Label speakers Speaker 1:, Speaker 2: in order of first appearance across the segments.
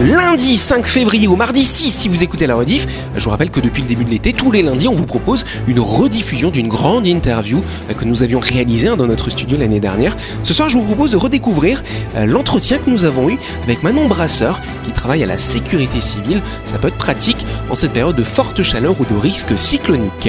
Speaker 1: lundi 5 février au mardi 6 si vous écoutez la rediff. Je vous rappelle que depuis le début de l'été, tous les lundis, on vous propose une rediffusion d'une grande interview euh, que nous avions réalisée hein, dans notre studio l'année dernière. Ce soir, je vous propose de redécouvrir euh, l'entretien que nous avons eu avec Manon Brasseur qui travaille à la sécurité civile. Ça peut être pratique en cette période de forte chaleur ou de risque cyclonique.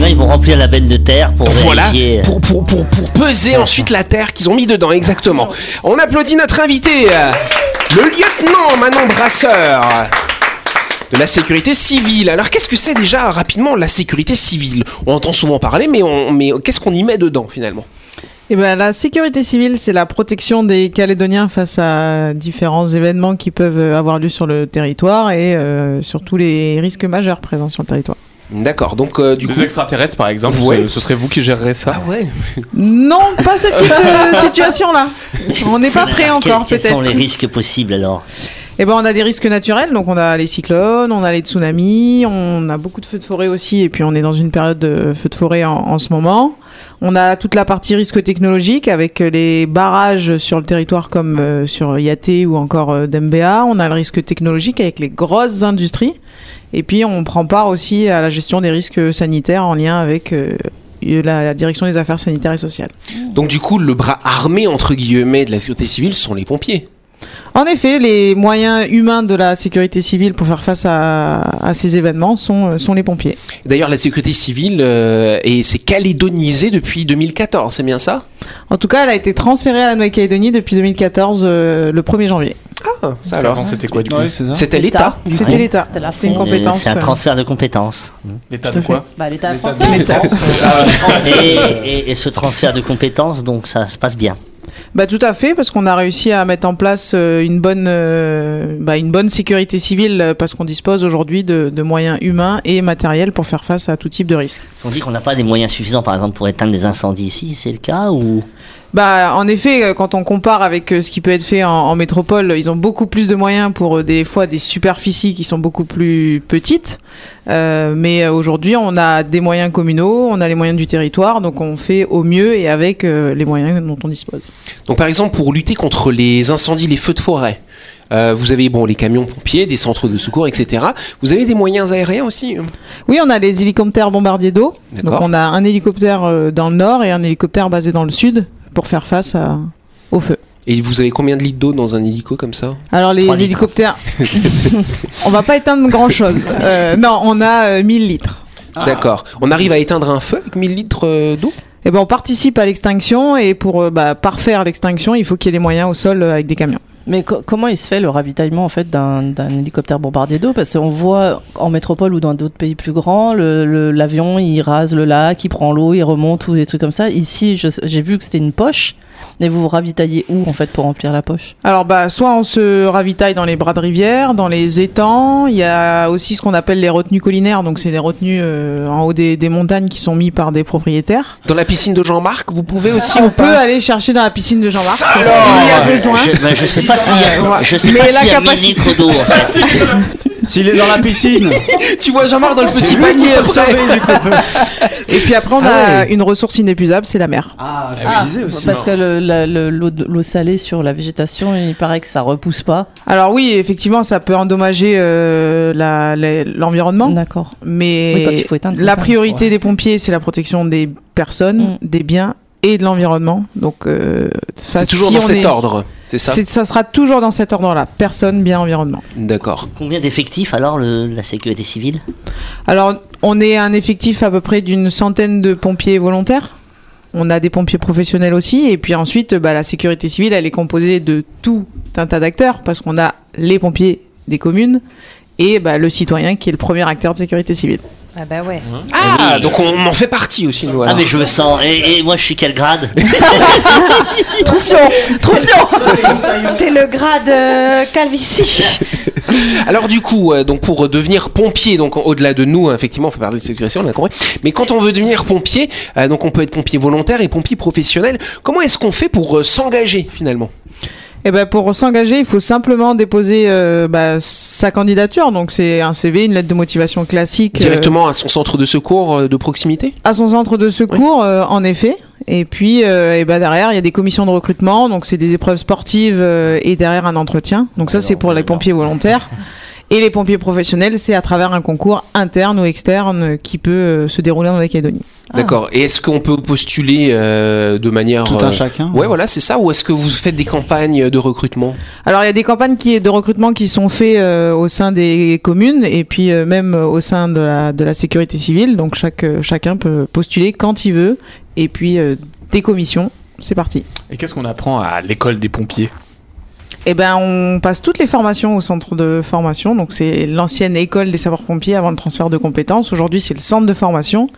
Speaker 2: Là, ils vont remplir la benne de terre pour
Speaker 1: Voilà,
Speaker 2: vérifier.
Speaker 1: pour, pour, pour, pour peser ensuite la terre qu'ils ont mis dedans, exactement. On applaudit notre invité, euh, le lieutenant Manon Brasseur de la sécurité civile. Alors qu'est-ce que c'est déjà rapidement la sécurité civile On entend souvent parler, mais, on, mais qu'est-ce qu'on y met dedans finalement
Speaker 3: Eh ben, la sécurité civile, c'est la protection des Calédoniens face à différents événements qui peuvent avoir lieu sur le territoire et euh, surtout les risques majeurs présents sur le territoire.
Speaker 1: D'accord, donc euh, du
Speaker 4: Des
Speaker 1: coup...
Speaker 4: extraterrestres, par exemple,
Speaker 1: Ouais.
Speaker 4: ce, ce serait vous qui gérerez ça
Speaker 1: ouais
Speaker 3: Non, pas ce type de situation-là. On n'est pas prêt
Speaker 2: Quels-
Speaker 3: encore,
Speaker 2: Quels sont les
Speaker 3: peut-être.
Speaker 2: risques possibles alors
Speaker 3: Eh ben, on a des risques naturels, donc on a les cyclones, on a les tsunamis, on a beaucoup de feux de forêt aussi, et puis on est dans une période de feux de forêt en, en ce moment. On a toute la partie risque technologique avec les barrages sur le territoire comme euh, sur Yaté ou encore euh, Dembéa. On a le risque technologique avec les grosses industries. Et puis on prend part aussi à la gestion des risques sanitaires en lien avec euh, la direction des affaires sanitaires et sociales.
Speaker 1: Donc du coup, le bras armé, entre guillemets, de la sécurité civile, ce sont les pompiers.
Speaker 3: En effet, les moyens humains de la sécurité civile pour faire face à, à ces événements sont, euh, sont les pompiers.
Speaker 1: D'ailleurs, la sécurité civile euh, est- s'est calédonisée depuis 2014, c'est bien ça
Speaker 3: En tout cas, elle a été transférée à la Nouvelle-Calédonie depuis 2014, euh, le 1er janvier.
Speaker 1: Ah, ça
Speaker 4: Parce qu'avant, c'était quoi du coup
Speaker 1: C'était l'État.
Speaker 3: C'était
Speaker 2: Ouais.
Speaker 3: l'État.
Speaker 5: C'était la
Speaker 3: C'était une
Speaker 5: France.
Speaker 3: compétence. euh,
Speaker 2: C'est un transfert de compétences.
Speaker 4: L'état
Speaker 3: Tout
Speaker 4: de
Speaker 3: à
Speaker 4: quoi
Speaker 5: Bah, l'État français.
Speaker 4: Ah.
Speaker 2: Et, et- et ce transfert de compétences, donc ça se passe bien.
Speaker 3: Bah tout à fait, parce qu'on a réussi à mettre en place euh, une bonne, euh, bah, une bonne sécurité civile, euh, parce qu'on dispose aujourd'hui de, de moyens humains et matériels pour faire face à tout type de risque.
Speaker 2: On dit qu'on n'a pas des moyens suffisants, par exemple, pour éteindre des incendies ici, c'est le cas ou
Speaker 3: Bah, en effet, euh, quand on compare avec euh, ce qui peut être fait en, en métropole, ils ont beaucoup plus de moyens pour euh, des fois des superficies qui sont beaucoup plus petites. Euh, mais euh, aujourd'hui, on a des moyens communaux, on a les moyens du territoire, donc on fait au mieux et avec euh, les moyens dont on dispose.
Speaker 1: Donc par exemple, pour lutter contre les incendies, les feux de forêt, euh, vous avez bon les camions pompiers, des centres de secours, etc. Vous avez des moyens aériens aussi. euh
Speaker 3: Oui, on a les hélicoptères bombardiers d'eau.
Speaker 1: D'accord.
Speaker 3: Donc on a un hélicoptère euh, dans le nord et un hélicoptère basé dans le sud pour faire face à- au feu.
Speaker 1: Et vous avez combien de litres d'eau dans un hélico comme ça
Speaker 3: Alors les
Speaker 2: Trois litres.
Speaker 3: hélicoptères, on va pas éteindre grand chose. non, on a euh, 1000 litres.
Speaker 1: D'accord. On arrive à éteindre un feu avec 1000 litres euh, d'eau
Speaker 3: Eh ben, on participe à l'extinction et pour euh, bah, parfaire l'extinction, il faut qu'il y ait les moyens au sol euh, avec des camions.
Speaker 5: Mais co- comment il se fait le ravitaillement en fait d'un d'un hélicoptère bombardier d'eau Parce qu'on voit en métropole ou dans d'autres pays plus grands, le- le- l'avion il rase le lac, il prend l'eau, il remonte ou des trucs comme ça. Ici, je- j'ai vu que c'était une poche. Mais vous vous ravitaillez où en fait pour remplir la poche
Speaker 3: Alors, bah, soit on se ravitaille dans les bras de rivière, dans les étangs. Il y a aussi ce qu'on appelle les retenues collinaires. Donc, c'est des retenues euh, en haut des, des montagnes qui sont mises par des propriétaires.
Speaker 1: Dans la piscine de Jean-Marc, vous pouvez aussi
Speaker 3: on
Speaker 1: ou
Speaker 3: peut
Speaker 1: Ah, pas
Speaker 3: aller chercher dans la piscine de Jean-Marc s'il y a
Speaker 2: Ouais,
Speaker 3: besoin.
Speaker 2: euh, Je, mais je sais pas s'il y a, je sais
Speaker 3: Mais
Speaker 2: pas
Speaker 3: la
Speaker 2: s'il y a mille
Speaker 3: capacité-
Speaker 2: litres d'eau. En fait.
Speaker 6: S'il est dans la piscine,
Speaker 1: Tu vois Jean-Marc dans le petit panier après.
Speaker 3: Et puis après, on a une ressource inépuisable, c'est la mer.
Speaker 6: ah, je
Speaker 5: Ah,
Speaker 6: le disais aussi.
Speaker 5: Parce que le- la- le- l'eau de- l'eau salée sur la végétation, il paraît que ça repousse pas.
Speaker 3: Alors oui, effectivement, ça peut endommager euh, la- la- l'environnement.
Speaker 5: D'accord.
Speaker 3: Mais
Speaker 5: Oui, quand il faut éteindre, faut
Speaker 3: la
Speaker 5: éteindre.
Speaker 3: priorité des pompiers, c'est la protection des personnes,
Speaker 5: Mm.
Speaker 3: des biens et de l'environnement. Donc, euh,
Speaker 1: C'est
Speaker 3: face-
Speaker 1: toujours
Speaker 3: si
Speaker 1: dans
Speaker 3: on
Speaker 1: cet
Speaker 3: est-
Speaker 1: ordre, c'est ça
Speaker 3: c'est- ça sera toujours dans cet ordre-là. Personne, bien, environnement.
Speaker 1: D'accord.
Speaker 2: Combien d'effectifs alors le- la sécurité civile
Speaker 3: Alors, on est un effectif à peu près d'une centaine de pompiers volontaires. On a des pompiers professionnels aussi. Et puis ensuite, bah, la sécurité civile, elle est composée de tout un tas d'acteurs parce qu'on a les pompiers des communes et bah, le citoyen qui est le premier acteur de sécurité civile.
Speaker 7: Ah bah ouais.
Speaker 1: Ah, donc on en fait partie aussi, nous.
Speaker 2: Ah,
Speaker 1: alors.
Speaker 2: mais je me sens. Et, et moi, je suis quel grade
Speaker 7: T'es le grade euh, calvitie.
Speaker 1: Alors du coup, euh, donc pour devenir pompier, donc en- au-delà de nous, euh, effectivement, on fait parler de sécurité, on a compris. Mais quand on veut devenir pompier, euh, donc on peut être pompier volontaire et pompier professionnel. Comment est-ce qu'on fait pour euh, s'engager finalement
Speaker 3: Eh ben pour s'engager, il faut simplement déposer euh, bah, sa candidature. Donc c'est un CV, une lettre de motivation classique euh,
Speaker 1: Directement à son centre de secours euh, de proximité
Speaker 3: à son centre de secours, euh, en effet. Et puis euh, eh ben derrière, il y a des commissions de recrutement. Donc c'est des épreuves sportives euh, et derrière un entretien. Donc ça c'est pour les pompiers volontaires. Et les pompiers professionnels, c'est à travers un concours interne ou externe euh, qui peut euh, se dérouler en Nouvelle-Calédonie.
Speaker 5: Ah.
Speaker 1: D'accord. Et est-ce qu'on peut postuler euh, de manière
Speaker 6: Tout un
Speaker 1: euh,
Speaker 6: chacun.
Speaker 1: Ouais, voilà, c'est ça. Ou est-ce que vous faites des campagnes de recrutement
Speaker 3: Alors il y a des campagnes qui, de recrutement qui sont faites euh, au sein des communes et puis euh, même euh, au sein de la, de la sécurité civile. Donc chaque, euh, chacun peut postuler quand il veut et puis euh, des commissions. C'est parti.
Speaker 4: Et qu'est-ce qu'on apprend à l'école des pompiers
Speaker 3: Eh ben on passe toutes les formations au centre de formation. Donc c'est l'ancienne école des sapeurs-pompiers avant le transfert de compétences. Aujourd'hui c'est le centre de formation.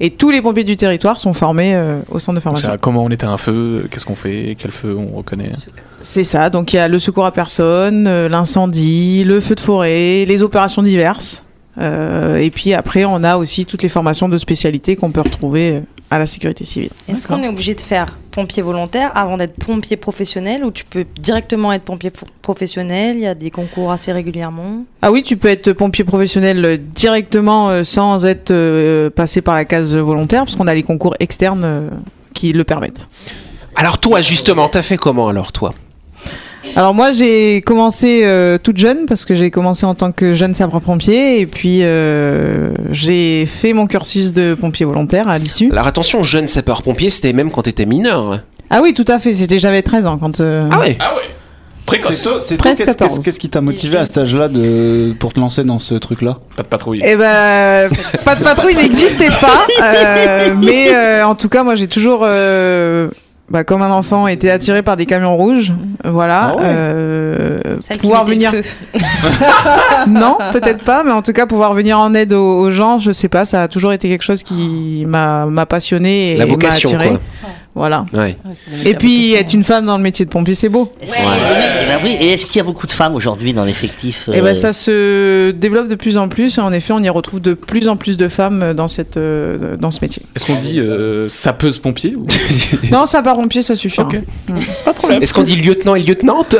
Speaker 3: Et tous les pompiers du territoire sont formés euh, au centre de
Speaker 4: C'est
Speaker 3: formation.
Speaker 4: à Comment on éteint un feu Qu'est-ce qu'on fait Quel feu on reconnaît
Speaker 3: C'est ça, donc il y a le secours à personne, euh, l'incendie, le feu de forêt, les opérations diverses. Euh, et puis après, on a aussi toutes les formations de spécialité qu'on peut retrouver euh, à la sécurité civile.
Speaker 7: Est-ce
Speaker 5: D'accord.
Speaker 7: qu'on est obligé de faire pompier volontaire avant d'être pompier professionnel ou tu peux directement être pompier fo- professionnel Il y a des concours assez régulièrement.
Speaker 3: Ah oui, tu peux être pompier professionnel euh, directement euh, sans être euh, passé par la case volontaire, parce qu'on a les concours externes euh, qui le permettent.
Speaker 1: Alors toi, justement, t'as fait comment alors toi
Speaker 3: Alors moi j'ai commencé euh, toute jeune parce que j'ai commencé en tant que jeune sapeur-pompier et puis euh, j'ai fait mon cursus de pompier volontaire à l'issue.
Speaker 1: Alors attention, jeune sapeur-pompier, c'était même quand t'étais mineur. hein.
Speaker 3: Ah oui, tout à fait. C'était j'avais 13 ans quand. euh,
Speaker 1: Ah ouais
Speaker 4: Précoce
Speaker 6: C'est
Speaker 3: Presque
Speaker 6: qu'est-ce- qu'est-ce-
Speaker 3: 14.
Speaker 6: Qu'est-ce qui t'a motivé à cet âge-là de... pour te lancer dans ce truc-là
Speaker 4: Pas de patrouille.
Speaker 3: Eh ben, pas de patrouille n'existait pas. euh, mais euh, en tout cas, moi, j'ai toujours, euh, bah, comme un enfant, été attiré par des camions rouges. Voilà.
Speaker 6: Ah ouais.
Speaker 3: euh,
Speaker 7: Celle qui
Speaker 3: pouvoir
Speaker 7: mettait le
Speaker 3: venir.
Speaker 7: feu.
Speaker 3: Non, peut-être pas, mais en tout cas, pouvoir venir en aide aux, aux gens, je sais pas. Ça a toujours été quelque chose qui m'a m'a passionné et
Speaker 1: La
Speaker 3: m'a
Speaker 1: vocation,
Speaker 3: attiré.
Speaker 1: quoi.
Speaker 3: Voilà.
Speaker 1: Ouais.
Speaker 5: Ouais, c'est
Speaker 3: Et
Speaker 5: magnifique.
Speaker 3: puis être une femme dans le métier de pompier, c'est beau.
Speaker 2: Eh ben oui, Et est-ce qu'il y a beaucoup de femmes aujourd'hui dans l'effectif
Speaker 3: Et
Speaker 2: euh,
Speaker 3: ben ça se développe de plus en plus. Et en effet, on y retrouve de plus en plus de femmes dans cette euh, dans ce métier.
Speaker 4: Est-ce qu'on dit euh, sapeuse pompier ou...
Speaker 3: Non, ça part en pied, ça suffit.
Speaker 4: Ok.
Speaker 3: hein.
Speaker 1: Est-ce qu'on dit lieutenant et lieutenante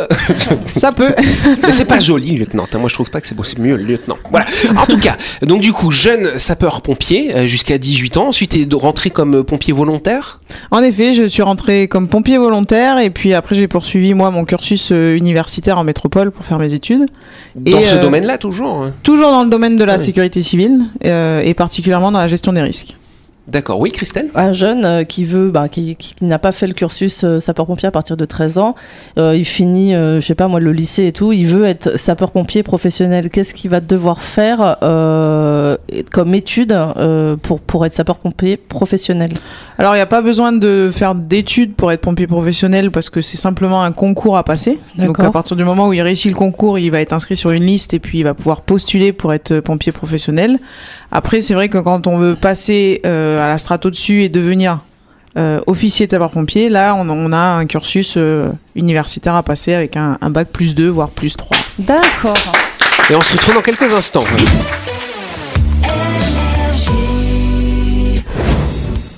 Speaker 3: Ça peut.
Speaker 1: Mais c'est pas joli, lieutenant. hein. Moi, je trouve pas que c'est beau. C'est mieux, le lieutenant. Voilà. En tout cas, donc du coup, jeune sapeur-pompier euh, jusqu'à 18 ans. Ensuite, t'es rentré comme euh, pompier volontaire.
Speaker 3: En effet, je suis rentrée comme pompier volontaire et puis après j'ai poursuivi moi mon cursus euh, universitaire en métropole pour faire mes études,
Speaker 1: Dans
Speaker 3: Et,
Speaker 1: ce
Speaker 3: euh,
Speaker 1: domaine-là, toujours. hein.
Speaker 3: toujours dans le domaine de la
Speaker 1: Ah oui.
Speaker 3: sécurité civile euh, et particulièrement dans la gestion des risques.
Speaker 1: D'accord. Oui, Christelle
Speaker 5: un jeune euh, qui veut, bah, qui, qui- qui n'a pas fait le cursus euh, sapeur-pompier à partir de 13 ans, euh, il finit, euh, je sais pas moi, le lycée et tout, il veut être sapeur-pompier professionnel. Qu'est-ce qu'il va devoir faire euh, comme étude euh, pour, pour être sapeur-pompier professionnel
Speaker 3: Alors il n'y a pas besoin de faire d'études pour être pompier professionnel parce que c'est simplement un concours à passer. Donc
Speaker 5: D'accord.
Speaker 3: à partir du moment où il réussit le concours, il va être inscrit sur une liste et puis il va pouvoir postuler pour être euh, pompier professionnel. Après c'est vrai que quand on veut passer euh, à la strate au-dessus et devenir euh, officier de sapeur-pompier, là on, on a un cursus euh, universitaire à passer avec un, un bac plus 2 voire plus 3.
Speaker 5: D'accord.
Speaker 1: Et on se retrouve dans quelques instants.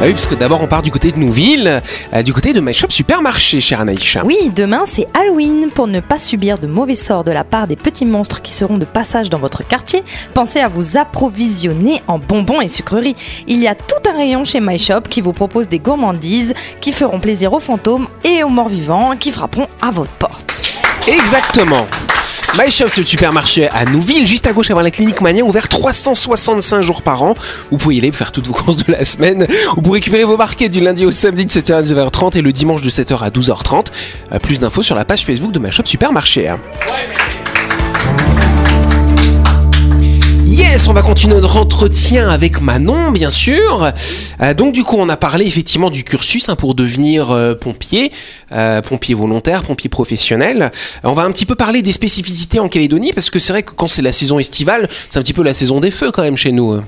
Speaker 1: Ah oui, parce que d'abord, on part du côté de Nouville, euh, du côté de My Shop Supermarché, chère Anaïcha.
Speaker 7: Oui, demain c'est Halloween. Pour ne pas subir de mauvais sorts de la part des petits monstres qui seront de passage dans votre quartier, pensez à vous approvisionner en bonbons et sucreries. Il y a tout un rayon chez My Shop qui vous propose des gourmandises qui feront plaisir aux fantômes et aux morts-vivants qui frapperont à votre porte.
Speaker 1: Exactement. My Shop, c'est le supermarché à Nouville, juste à gauche avant la clinique Mania, ouvert 365 jours par an. Vous pouvez y aller pour faire toutes vos courses de la semaine ou pour récupérer vos marquets du lundi au samedi de 7h à 19h30 et le dimanche de 7h à 12h30. Euh, Plus d'infos sur la page Facebook de My Shop Supermarché. hein. Yes, on va continuer notre entretien avec Manon, bien sûr. Euh, donc du coup, on a parlé effectivement du cursus hein, pour devenir euh, pompier, euh, pompier volontaire, pompier professionnel. Euh, on va un petit peu parler des spécificités en Calédonie, parce que c'est vrai que quand c'est la saison estivale, c'est un petit peu la saison des feux quand même chez nous. hein.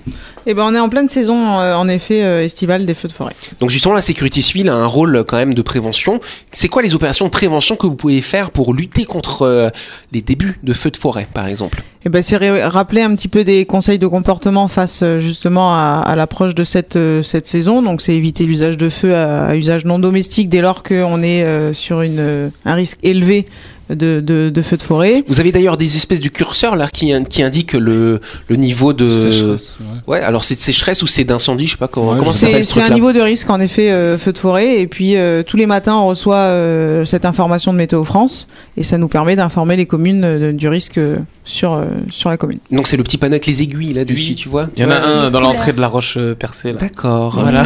Speaker 3: Et ben on est en pleine saison euh, en effet euh, estivale des feux de forêt.
Speaker 1: Donc justement, la sécurité civile a un rôle euh, quand même de prévention. C'est quoi les opérations de prévention que vous pouvez faire pour lutter contre euh, les débuts de feux de forêt, par exemple
Speaker 3: Et ben c'est ré- rappeler un petit peu des conseils de comportement face euh, justement à, à l'approche de cette euh, cette saison. Donc c'est éviter l'usage de feu à, à usage non domestique dès lors qu'on est euh, sur une euh, un risque élevé de de, de feux de forêt.
Speaker 1: Vous avez d'ailleurs des espèces de curseurs là qui, qui indiquent le, le niveau de...
Speaker 6: Euh, Sécheresse, ouais.
Speaker 1: Ouais, alors c'est de sécheresse ou c'est d'incendie, je sais pas comment,
Speaker 6: Ouais,
Speaker 1: comment
Speaker 6: je
Speaker 1: ça
Speaker 3: C'est
Speaker 1: s'appelle ce
Speaker 3: c'est un
Speaker 1: truc-là.
Speaker 3: niveau de risque en effet euh, feu de forêt et puis euh, tous les matins on reçoit euh, cette information de Météo France et ça nous permet d'informer les communes euh, de- du risque euh, sur euh, sur la commune.
Speaker 1: Donc c'est le petit panneau avec les aiguilles là dessus,
Speaker 4: Oui.
Speaker 1: tu vois
Speaker 4: Il y en a
Speaker 1: Ouais.
Speaker 4: un dans l'entrée de la roche euh, percée là.
Speaker 1: D'accord.
Speaker 4: Voilà,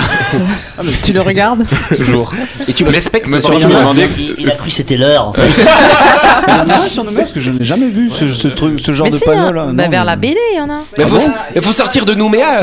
Speaker 4: Ah,
Speaker 3: Tu le regardes
Speaker 4: toujours.
Speaker 1: Et tu me respectes
Speaker 4: Mais
Speaker 1: sur
Speaker 4: surtout,
Speaker 1: le
Speaker 4: il y en a
Speaker 1: moment.
Speaker 4: demandé-
Speaker 2: Il, il a cru que c'était l'heure. en fait.
Speaker 6: Ah, non, surnommé parce que je n'ai jamais vu ce, ce truc, ce genre
Speaker 7: Mais
Speaker 6: de
Speaker 7: si,
Speaker 6: panneau
Speaker 7: hein.
Speaker 6: là.
Speaker 7: Bah,
Speaker 6: Non,
Speaker 7: vers
Speaker 6: mais-
Speaker 7: la BD, il y en a.
Speaker 1: Mais
Speaker 6: Ah
Speaker 1: faut,
Speaker 6: bon
Speaker 1: il faut sortir de Nouméa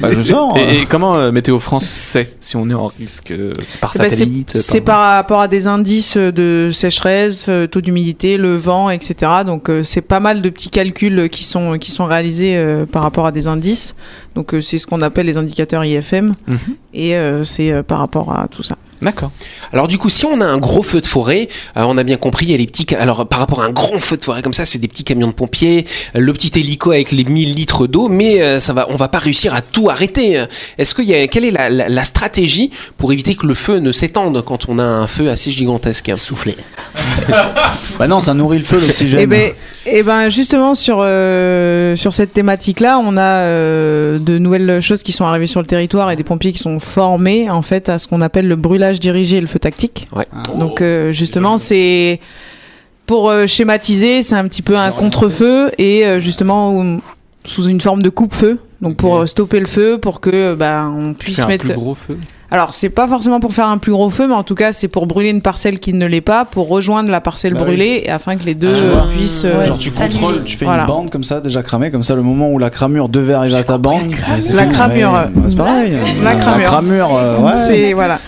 Speaker 6: Bah, je sors.
Speaker 4: Et, et comment euh, Météo France sait si on est en risque euh, C'est par
Speaker 3: Eh ben, c'est-
Speaker 4: satellite
Speaker 3: C'est par rapport à des indices de sécheresse, euh, taux d'humidité, le vent, etc. Donc euh, c'est pas mal de petits calculs qui sont qui sont réalisés euh, par rapport à des indices. Donc euh, c'est ce qu'on appelle les indicateurs IFM
Speaker 4: Mhm.
Speaker 3: et euh, c'est euh, par rapport à tout ça.
Speaker 4: D'accord.
Speaker 1: Alors du coup, si on a un gros feu de forêt, euh, on a bien compris, il y a les petits... ca- Alors par rapport à un grand feu de forêt comme ça, c'est des petits camions de pompiers, euh, le petit hélico avec les 1000 litres d'eau, mais euh, ça va, on va pas réussir à tout arrêter. Est-ce qu'il y a... Quelle est la, la- la stratégie pour éviter que le feu ne s'étende quand on a un feu assez gigantesque
Speaker 2: Souffler.
Speaker 6: Bah non, ça nourrit le feu l'oxygène.
Speaker 3: Et ben, eh ben justement sur euh, sur cette thématique là, on a euh, de nouvelles choses qui sont arrivées sur le territoire et des pompiers qui sont formés en fait à ce qu'on appelle le brûlage dirigé et le feu tactique.
Speaker 1: Ouais.
Speaker 4: Ah.
Speaker 3: Donc euh, justement c'est pour euh, schématiser, c'est un petit peu un contre-feu et euh, justement où- sous une forme de coupe-feu. Donc pour
Speaker 4: Ok.
Speaker 3: euh, stopper le feu, pour que euh, bah, on
Speaker 4: Puis
Speaker 3: puisse
Speaker 4: un
Speaker 3: mettre.
Speaker 4: plus gros feu.
Speaker 3: Alors c'est pas forcément pour faire un plus gros feu, mais en tout cas c'est pour brûler une parcelle qui ne l'est pas, pour rejoindre la parcelle
Speaker 6: Bah oui.
Speaker 3: brûlée, et afin que les deux
Speaker 6: Ah, je
Speaker 3: euh,
Speaker 6: vois.
Speaker 3: puissent.
Speaker 5: Ouais.
Speaker 3: euh,
Speaker 6: Genre tu
Speaker 7: Salut.
Speaker 6: contrôles, tu fais
Speaker 3: Voilà.
Speaker 6: une bande comme ça déjà cramée, comme ça le moment où la cramure devait arriver à ta bande. bah, c'est
Speaker 3: La
Speaker 6: fini,
Speaker 3: cramure,
Speaker 6: ouais.
Speaker 3: euh,
Speaker 6: Bah, c'est pareil.
Speaker 3: la cramure.
Speaker 6: euh, ouais.
Speaker 3: C'est voilà.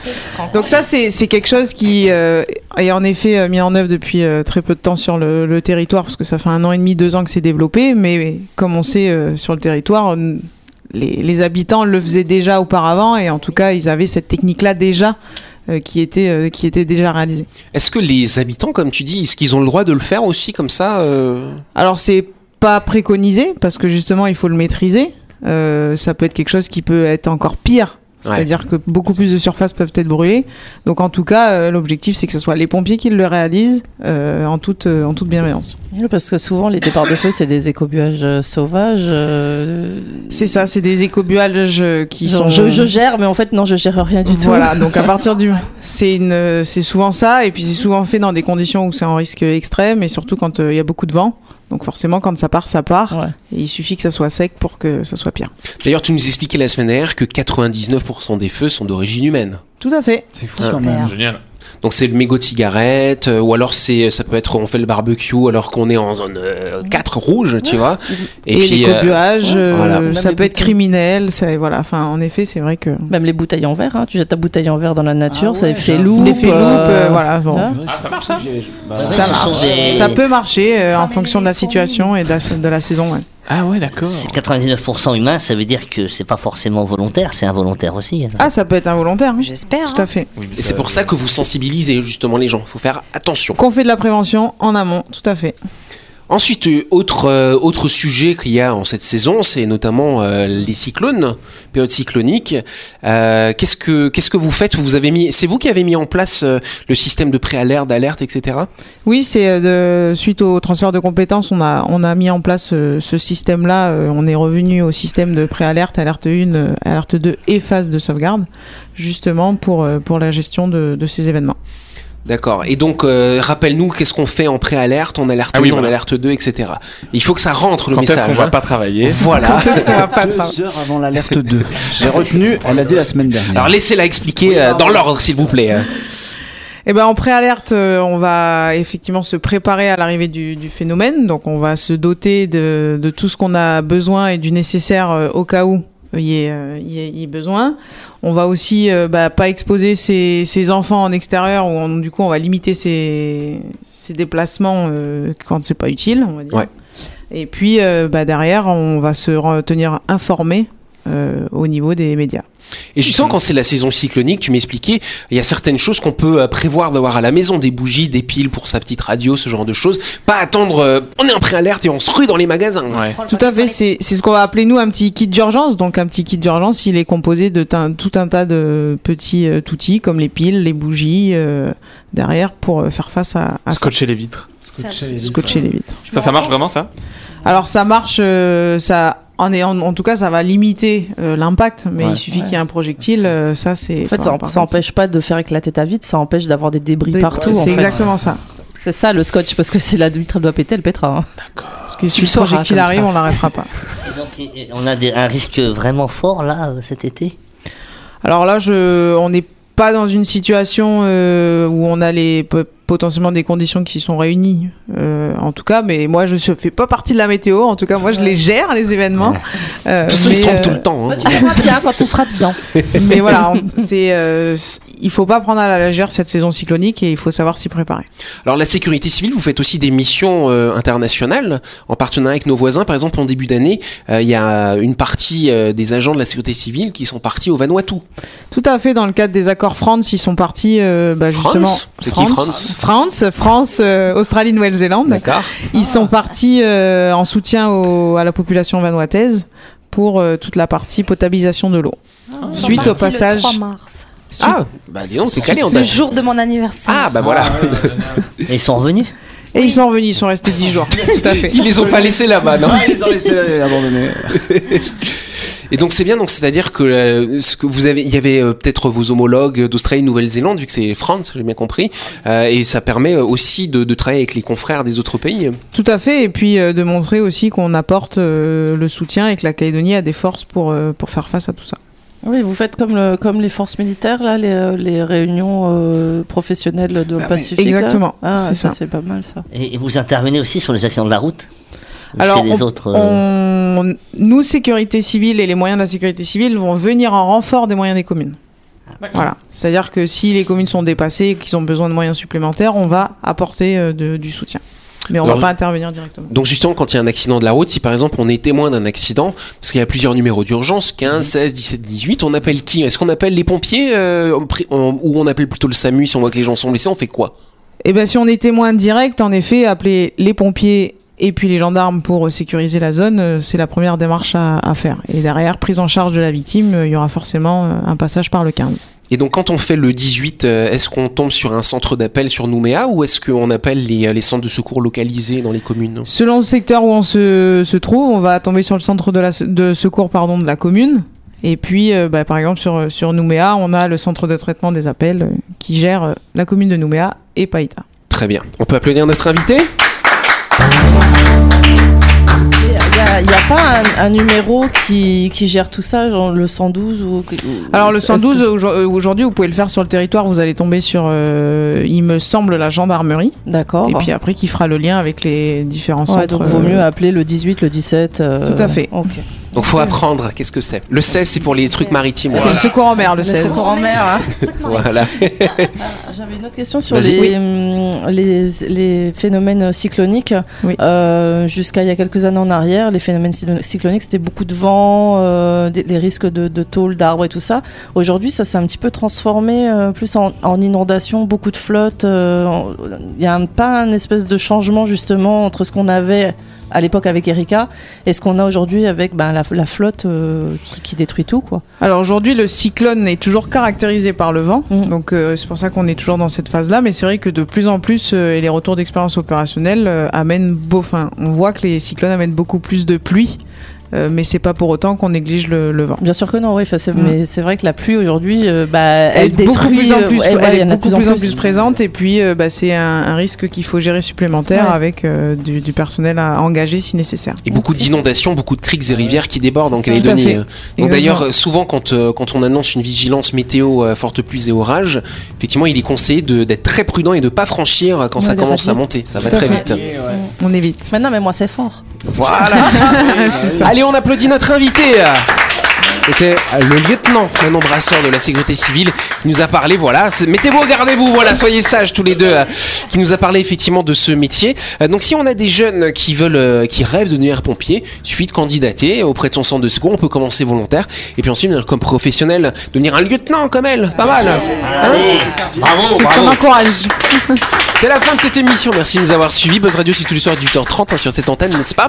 Speaker 3: Donc ça c'est c'est quelque chose qui euh, est en effet euh, mis en œuvre depuis euh, très peu de temps sur le, le territoire parce que ça fait un an et demi, deux ans que c'est développé, mais comme on sait euh, sur le territoire, euh, les, les habitants le faisaient déjà auparavant et en tout cas ils avaient cette technique là déjà euh, qui était euh, qui était déjà réalisée.
Speaker 1: Est-ce que les habitants, comme tu dis, est-ce qu'ils ont le droit de le faire aussi comme ça euh
Speaker 3: Alors c'est pas préconisé parce que justement il faut le maîtriser. Euh, ça peut être quelque chose qui peut être encore pire.
Speaker 1: Ouais.
Speaker 3: C'est-à-dire que beaucoup plus de surfaces peuvent être brûlées. Donc en tout cas, euh, l'objectif c'est que ce soit les pompiers qui le réalisent euh, en, toute, euh, en toute bienveillance.
Speaker 5: Oui, Parce que souvent, les départs de feu, c'est des écobuages euh, sauvages. euh,
Speaker 3: C'est ça, c'est des écobuages euh, qui
Speaker 5: genre,
Speaker 3: sont...
Speaker 5: je, je gère, mais en fait, non, je gère rien du tout.
Speaker 3: Voilà, donc à partir du, c'est une, euh, c'est souvent ça, et puis c'est souvent fait dans des conditions où c'est en risque extrême, et surtout quand euh, il y a beaucoup de vent. Donc forcément, quand ça part, ça part.
Speaker 5: Ouais.
Speaker 3: Et il suffit que ça soit sec pour que ça soit pire.
Speaker 1: D'ailleurs, tu nous expliquais la semaine dernière que 99% des feux sont d'origine humaine.
Speaker 3: Tout à fait.
Speaker 6: C'est fou quand
Speaker 3: Ah.
Speaker 6: même.
Speaker 4: Génial.
Speaker 1: Donc c'est le mégot de cigarette, euh, ou alors c'est, ça peut être on fait le barbecue alors qu'on est en zone euh, 4 rouge, tu vois.
Speaker 3: et, les
Speaker 1: euh,
Speaker 3: cobuages,
Speaker 1: ouais,
Speaker 3: euh,
Speaker 1: voilà.
Speaker 5: Même
Speaker 3: ça
Speaker 5: les
Speaker 3: peut être
Speaker 5: bouteilles.
Speaker 3: criminel, ça, voilà. Enfin, en effet, c'est vrai que
Speaker 5: Même les bouteilles en verre, hein, tu jettes ta bouteille en verre dans la nature,
Speaker 6: Ah
Speaker 5: ça
Speaker 6: ouais,
Speaker 5: fait
Speaker 6: ça.
Speaker 5: loupe.
Speaker 3: les faits
Speaker 5: euh,
Speaker 3: loupes, euh, voilà, bon.
Speaker 5: voilà.
Speaker 6: Ah, ça marche ça
Speaker 5: Ça
Speaker 2: Ce sont
Speaker 5: marche.
Speaker 2: des-
Speaker 3: ça peut marcher euh, en fonction de la situation et de la, de la saison. ouais.
Speaker 4: Ah ouais, d'accord.
Speaker 2: C'est 99% humain, ça veut dire que c'est pas forcément volontaire, c'est involontaire aussi. hein.
Speaker 3: Ah, ça peut être involontaire, oui,
Speaker 7: J'espère.
Speaker 5: hein.
Speaker 7: hein.
Speaker 3: tout à fait.
Speaker 1: Et c'est pour ça que vous sensibilisez justement les gens. Faut faire attention.
Speaker 3: Qu'on fait de la prévention en amont, tout à fait.
Speaker 1: Ensuite, euh, autre euh, autre sujet qu'il y a en cette saison, c'est notamment euh, les cyclones, période cyclonique. Euh, qu'est-ce que qu'est-ce que vous faites Vous avez mis, c'est vous qui avez mis en place euh, le système de préalerte, d'alerte, etc.
Speaker 3: Oui, c'est euh, de- suite au transfert de compétences, on a, on a mis en place euh, ce système-là. euh, on est revenu au système de préalerte, alerte 1, euh, alerte 2 et phase de sauvegarde, justement pour, euh, pour la gestion de, de ces événements.
Speaker 1: D'accord. Et donc, euh, rappelle-nous qu'est-ce qu'on fait en pré-alerte, en alerte
Speaker 4: Ah oui,
Speaker 1: 1, en
Speaker 4: voilà.
Speaker 1: alerte 2, etc. Il faut que ça rentre le
Speaker 4: Quand
Speaker 1: message.
Speaker 4: est-ce qu'on
Speaker 1: hein.
Speaker 4: va pas travailler
Speaker 1: Voilà.
Speaker 3: Qu'est-ce qu'on va pas
Speaker 6: Deux
Speaker 3: travailler
Speaker 6: heures avant l'alerte 2. J'ai retenu, elle a dit la semaine dernière.
Speaker 1: Alors laissez-la expliquer euh, dans l'ordre, s'il vous plaît. euh.
Speaker 3: Eh ben, en préalerte, euh, on va effectivement se préparer à l'arrivée du, du phénomène. Donc, on va se doter de, de tout ce qu'on a besoin et du nécessaire euh, au cas où il y ait, euh, il y ait- il y ait besoin. On va aussi euh, bah, pas exposer ses, ses enfants en extérieur où on- du coup on va limiter ses, ses déplacements euh, quand c'est pas utile, on va dire.
Speaker 1: Ouais.
Speaker 3: Et puis euh, bah, derrière, on va se re- tenir informé euh, au niveau des médias.
Speaker 1: Et justement, quand c'est la saison cyclonique, tu m'expliquais, il y a certaines choses qu'on peut euh, prévoir d'avoir à la maison, des bougies, des piles pour sa petite radio, ce genre de choses. Pas attendre, euh, on est en pré-alerte et on se rue dans les magasins.
Speaker 4: Ouais.
Speaker 3: Tout à fait, c'est c'est ce qu'on va appeler nous un petit kit d'urgence. Donc un petit kit d'urgence, il est composé de tin- tout un tas de petits euh, outils comme les piles, les bougies euh, derrière pour euh, faire face à, à
Speaker 4: Scotcher les vitres.
Speaker 3: ça, scotcher les vitres.
Speaker 4: Ça, ça marche vraiment, ça
Speaker 3: Alors ça marche, euh, ça en, est, en, en tout cas ça va limiter euh, l'impact, mais
Speaker 6: Ouais.
Speaker 3: il suffit qu'il y ait un projectile, euh, ça c'est.
Speaker 5: En fait, ça,
Speaker 3: par-
Speaker 5: en-
Speaker 3: par
Speaker 5: ça
Speaker 3: contre,
Speaker 5: empêche pas de faire éclater ta vitre, ça empêche d'avoir des débris
Speaker 3: c'est-
Speaker 5: partout. en
Speaker 3: C'est
Speaker 5: fait.
Speaker 3: exactement ça.
Speaker 5: C'est ça le scotch, parce que si la vitre elle doit péter, elle pétera. hein.
Speaker 3: Parce que si
Speaker 1: le
Speaker 3: le
Speaker 1: sauras,
Speaker 3: projectile
Speaker 1: comme ça.
Speaker 3: arrive, on l'arrêtera pas.
Speaker 2: Et donc, et- et on a des- un risque vraiment fort là euh, cet été.
Speaker 3: Alors là, je, on n'est pas dans une situation euh, où on a les po- potentiellement des conditions qui sont réunies, euh, en tout cas. Mais moi, je ne fais pas partie de la météo. En tout cas, moi, je les gère les événements. Euh,
Speaker 1: De toute façon, ils se
Speaker 3: mais,
Speaker 1: trompent
Speaker 3: euh,
Speaker 1: tout le temps. hein.
Speaker 5: tu verras bien quand on sera dedans.
Speaker 3: mais voilà, on- c'est, euh, c- il faut pas prendre à la légère cette saison cyclonique et il faut savoir s'y préparer.
Speaker 1: Alors la sécurité civile, vous faites aussi des missions euh, internationales en partenariat avec nos voisins. Par exemple, en début d'année, euh, il y a une partie euh, des agents de la sécurité civile qui sont partis au Vanuatu.
Speaker 3: Tout à fait, dans le cadre des accords France, ils sont partis euh, bah,
Speaker 1: France
Speaker 3: justement.
Speaker 1: C'est qui, France
Speaker 3: France, France, euh, Australie, Nouvelle-Zélande.
Speaker 1: D'accord.
Speaker 3: Ils sont partis euh, en soutien au- à la population vanuataise pour euh, toute la partie potabilisation de l'eau.
Speaker 7: Ah.
Speaker 3: Suite au passage.
Speaker 7: Le 3 mars.
Speaker 1: Ah, bah dis donc, t'es calé en
Speaker 7: Le
Speaker 1: date.
Speaker 7: jour de mon anniversaire.
Speaker 1: Ah, bah voilà.
Speaker 2: Et ils sont revenus.
Speaker 3: Et ils sont revenus, ils sont restés 10 jours. Tout à fait.
Speaker 1: Ils les ont pas laissés là-bas, non
Speaker 6: Ah, ils ont laissé abandonner.
Speaker 1: Et donc c'est bien, donc c'est-à-dire que euh, ce que vous avez, il y avait euh, peut-être vos homologues d'Australie, Nouvelle-Zélande, vu que c'est France, j'ai bien compris, euh, et ça permet euh, aussi de, de travailler avec les confrères des autres pays.
Speaker 3: Tout à fait. Et puis euh, de montrer aussi qu'on apporte euh, le soutien et que la Calédonie a des forces pour, euh, pour faire face à tout ça.
Speaker 5: Oui, vous faites comme, le- comme les forces militaires, là, les, euh, les réunions euh, professionnelles de Pacifique. là.
Speaker 3: Exactement,
Speaker 5: Ah,
Speaker 3: c'est
Speaker 5: ça,
Speaker 3: ça.
Speaker 5: c'est pas mal ça.
Speaker 2: Et, et vous intervenez aussi sur les accidents de la route. Ou
Speaker 3: Alors,
Speaker 2: c'est les autres. euh,
Speaker 3: On- nous, sécurité civile et les moyens de la sécurité civile vont venir en renfort des moyens des communes. Voilà. C'est-à-dire que si les communes sont dépassées et qu'ils ont besoin de moyens supplémentaires, on va apporter euh, de- du soutien. Mais on ne
Speaker 1: Alors,
Speaker 3: va pas intervenir directement.
Speaker 1: Donc justement, quand il y a un accident de la route, si par exemple on est témoin d'un accident, parce qu'il y a plusieurs numéros d'urgence,
Speaker 6: Mhm.
Speaker 1: 15, 16, 17, 18, on appelle qui Est-ce qu'on appelle les pompiers euh, en pri- en- ou on appelle plutôt le SAMU si on voit que les gens sont blessés On fait quoi
Speaker 3: Et bien, Eh ben, si on est témoin direct, en effet, appeler les pompiers et puis les gendarmes pour euh, sécuriser la zone, euh, c'est la première démarche à, à faire. Et derrière, prise en charge de la victime, euh, il y aura forcément euh, un passage par le 15.
Speaker 1: Et donc quand on fait le 18, euh, est-ce qu'on tombe sur un centre d'appel sur Nouméa ou est-ce qu'on appelle les, les centres de secours localisés dans les communes
Speaker 3: Selon le secteur où on se, se trouve, on va tomber sur le centre de, la, de secours pardon, de la commune. Et puis, euh, bah, par exemple, sur, sur Nouméa, on a le centre de traitement des appels euh, qui gère euh, la commune de Nouméa et Païta.
Speaker 1: Très bien. On peut applaudir notre invité
Speaker 5: Il n'y a, il y a pas un, un numéro qui, qui gère tout ça, genre le 112 ou. ou-
Speaker 3: Alors, le
Speaker 5: est-ce que-
Speaker 3: 112, aujo- euh, aujourd'hui, vous pouvez le faire sur le territoire. Vous allez tomber sur, euh, il me semble, la gendarmerie.
Speaker 5: D'accord.
Speaker 3: Et puis après, qui fera le lien avec les différents
Speaker 5: Ouais,
Speaker 3: centres.
Speaker 5: donc vaut
Speaker 3: euh,
Speaker 5: mieux appeler le 18, le 17. euh,
Speaker 3: Tout à fait.
Speaker 5: ok.
Speaker 1: Donc faut apprendre, qu'est-ce que c'est Le 16 c'est pour les trucs maritimes.
Speaker 3: C'est le secours en mer, le 16.
Speaker 5: secours en mer, hein.
Speaker 1: Voilà.
Speaker 5: J'avais une autre question sur
Speaker 1: Vas-y.
Speaker 5: les,
Speaker 1: Oui.
Speaker 5: hum, les, les phénomènes cycloniques.
Speaker 3: Oui.
Speaker 5: Euh, Jusqu'à il y a quelques années en arrière, les phénomènes cyclo- cycloniques, c'était beaucoup de vent, euh, des- les risques de, de tôles, d'arbres et tout ça. Aujourd'hui, ça s'est un petit peu transformé, euh, plus en, en inondation, beaucoup de flotte. euh, en- Il n'y a un- pas un espèce de changement justement entre ce qu'on avait à l'époque avec Erika et ce qu'on a aujourd'hui avec ben, la, la flotte euh, qui, qui détruit tout. quoi.
Speaker 3: Alors aujourd'hui, le cyclone est toujours caractérisé par le vent,
Speaker 5: Mhm.
Speaker 3: donc euh, c'est pour ça qu'on est toujours dans cette phase-là. Mais c'est vrai que de plus en plus, euh, et les retours d'expérience opérationnelle euh, amènent beau. Enfin, on voit que les cyclones amènent beaucoup plus de pluie Euh, mais c'est pas pour autant qu'on néglige le, le vent.
Speaker 5: Bien sûr que non, oui, enfin, c'est-
Speaker 3: Mm.
Speaker 5: mais c'est vrai que la pluie aujourd'hui, euh, bah,
Speaker 3: est
Speaker 5: elle, détruit.
Speaker 3: beaucoup plus en plus,
Speaker 5: euh, ouais,
Speaker 3: elle
Speaker 5: il y
Speaker 3: est
Speaker 5: en a de
Speaker 3: beaucoup plus en plus présente et puis euh, bah, c'est un, un risque qu'il faut gérer supplémentaire
Speaker 5: Ouais.
Speaker 3: avec euh, du, du personnel à engager si nécessaire.
Speaker 1: Et beaucoup d'inondations, beaucoup de criques et rivières qui débordent en
Speaker 3: C'est ça. Tout à
Speaker 1: Calédonie. hein.
Speaker 3: fait.
Speaker 1: Donc
Speaker 3: Exactement.
Speaker 1: d'ailleurs, euh, souvent quand, euh, quand on annonce une vigilance météo euh, forte pluie et orage, effectivement, il est conseillé de- d'être très prudent et de pas franchir euh, quand
Speaker 5: Ouais,
Speaker 1: ça
Speaker 5: des
Speaker 1: commence à
Speaker 5: rapides.
Speaker 1: monter. Ça va
Speaker 3: Tout à
Speaker 1: très
Speaker 3: fait.
Speaker 1: vite.
Speaker 3: On évite.
Speaker 5: Maintenant, mais moi, c'est fort.
Speaker 1: Voilà.
Speaker 3: C'est ça.
Speaker 1: Allez, on applaudit notre invité. euh, C'était euh, le lieutenant, Manon Brasseur de la sécurité civile, qui nous a parlé, voilà, c'est- mettez-vous au gardez-vous, voilà, soyez sages tous les deux, euh, qui nous a parlé effectivement de ce métier. Euh, Donc si on a des jeunes qui veulent, euh, qui rêvent de devenir pompier, il suffit de candidater auprès de son centre de secours, on peut commencer volontaire, et puis ensuite devenir comme professionnel, devenir un lieutenant comme elle, pas mal. hein
Speaker 2: Allez, bravo,
Speaker 3: C'est ce qu'on
Speaker 2: bravo.
Speaker 3: encourage.
Speaker 1: c'est la fin de cette émission. Merci de nous avoir suivis. Buzz Radio, c'est tous les soirs à 18h30 hein, sur cette antenne, n'est-ce pas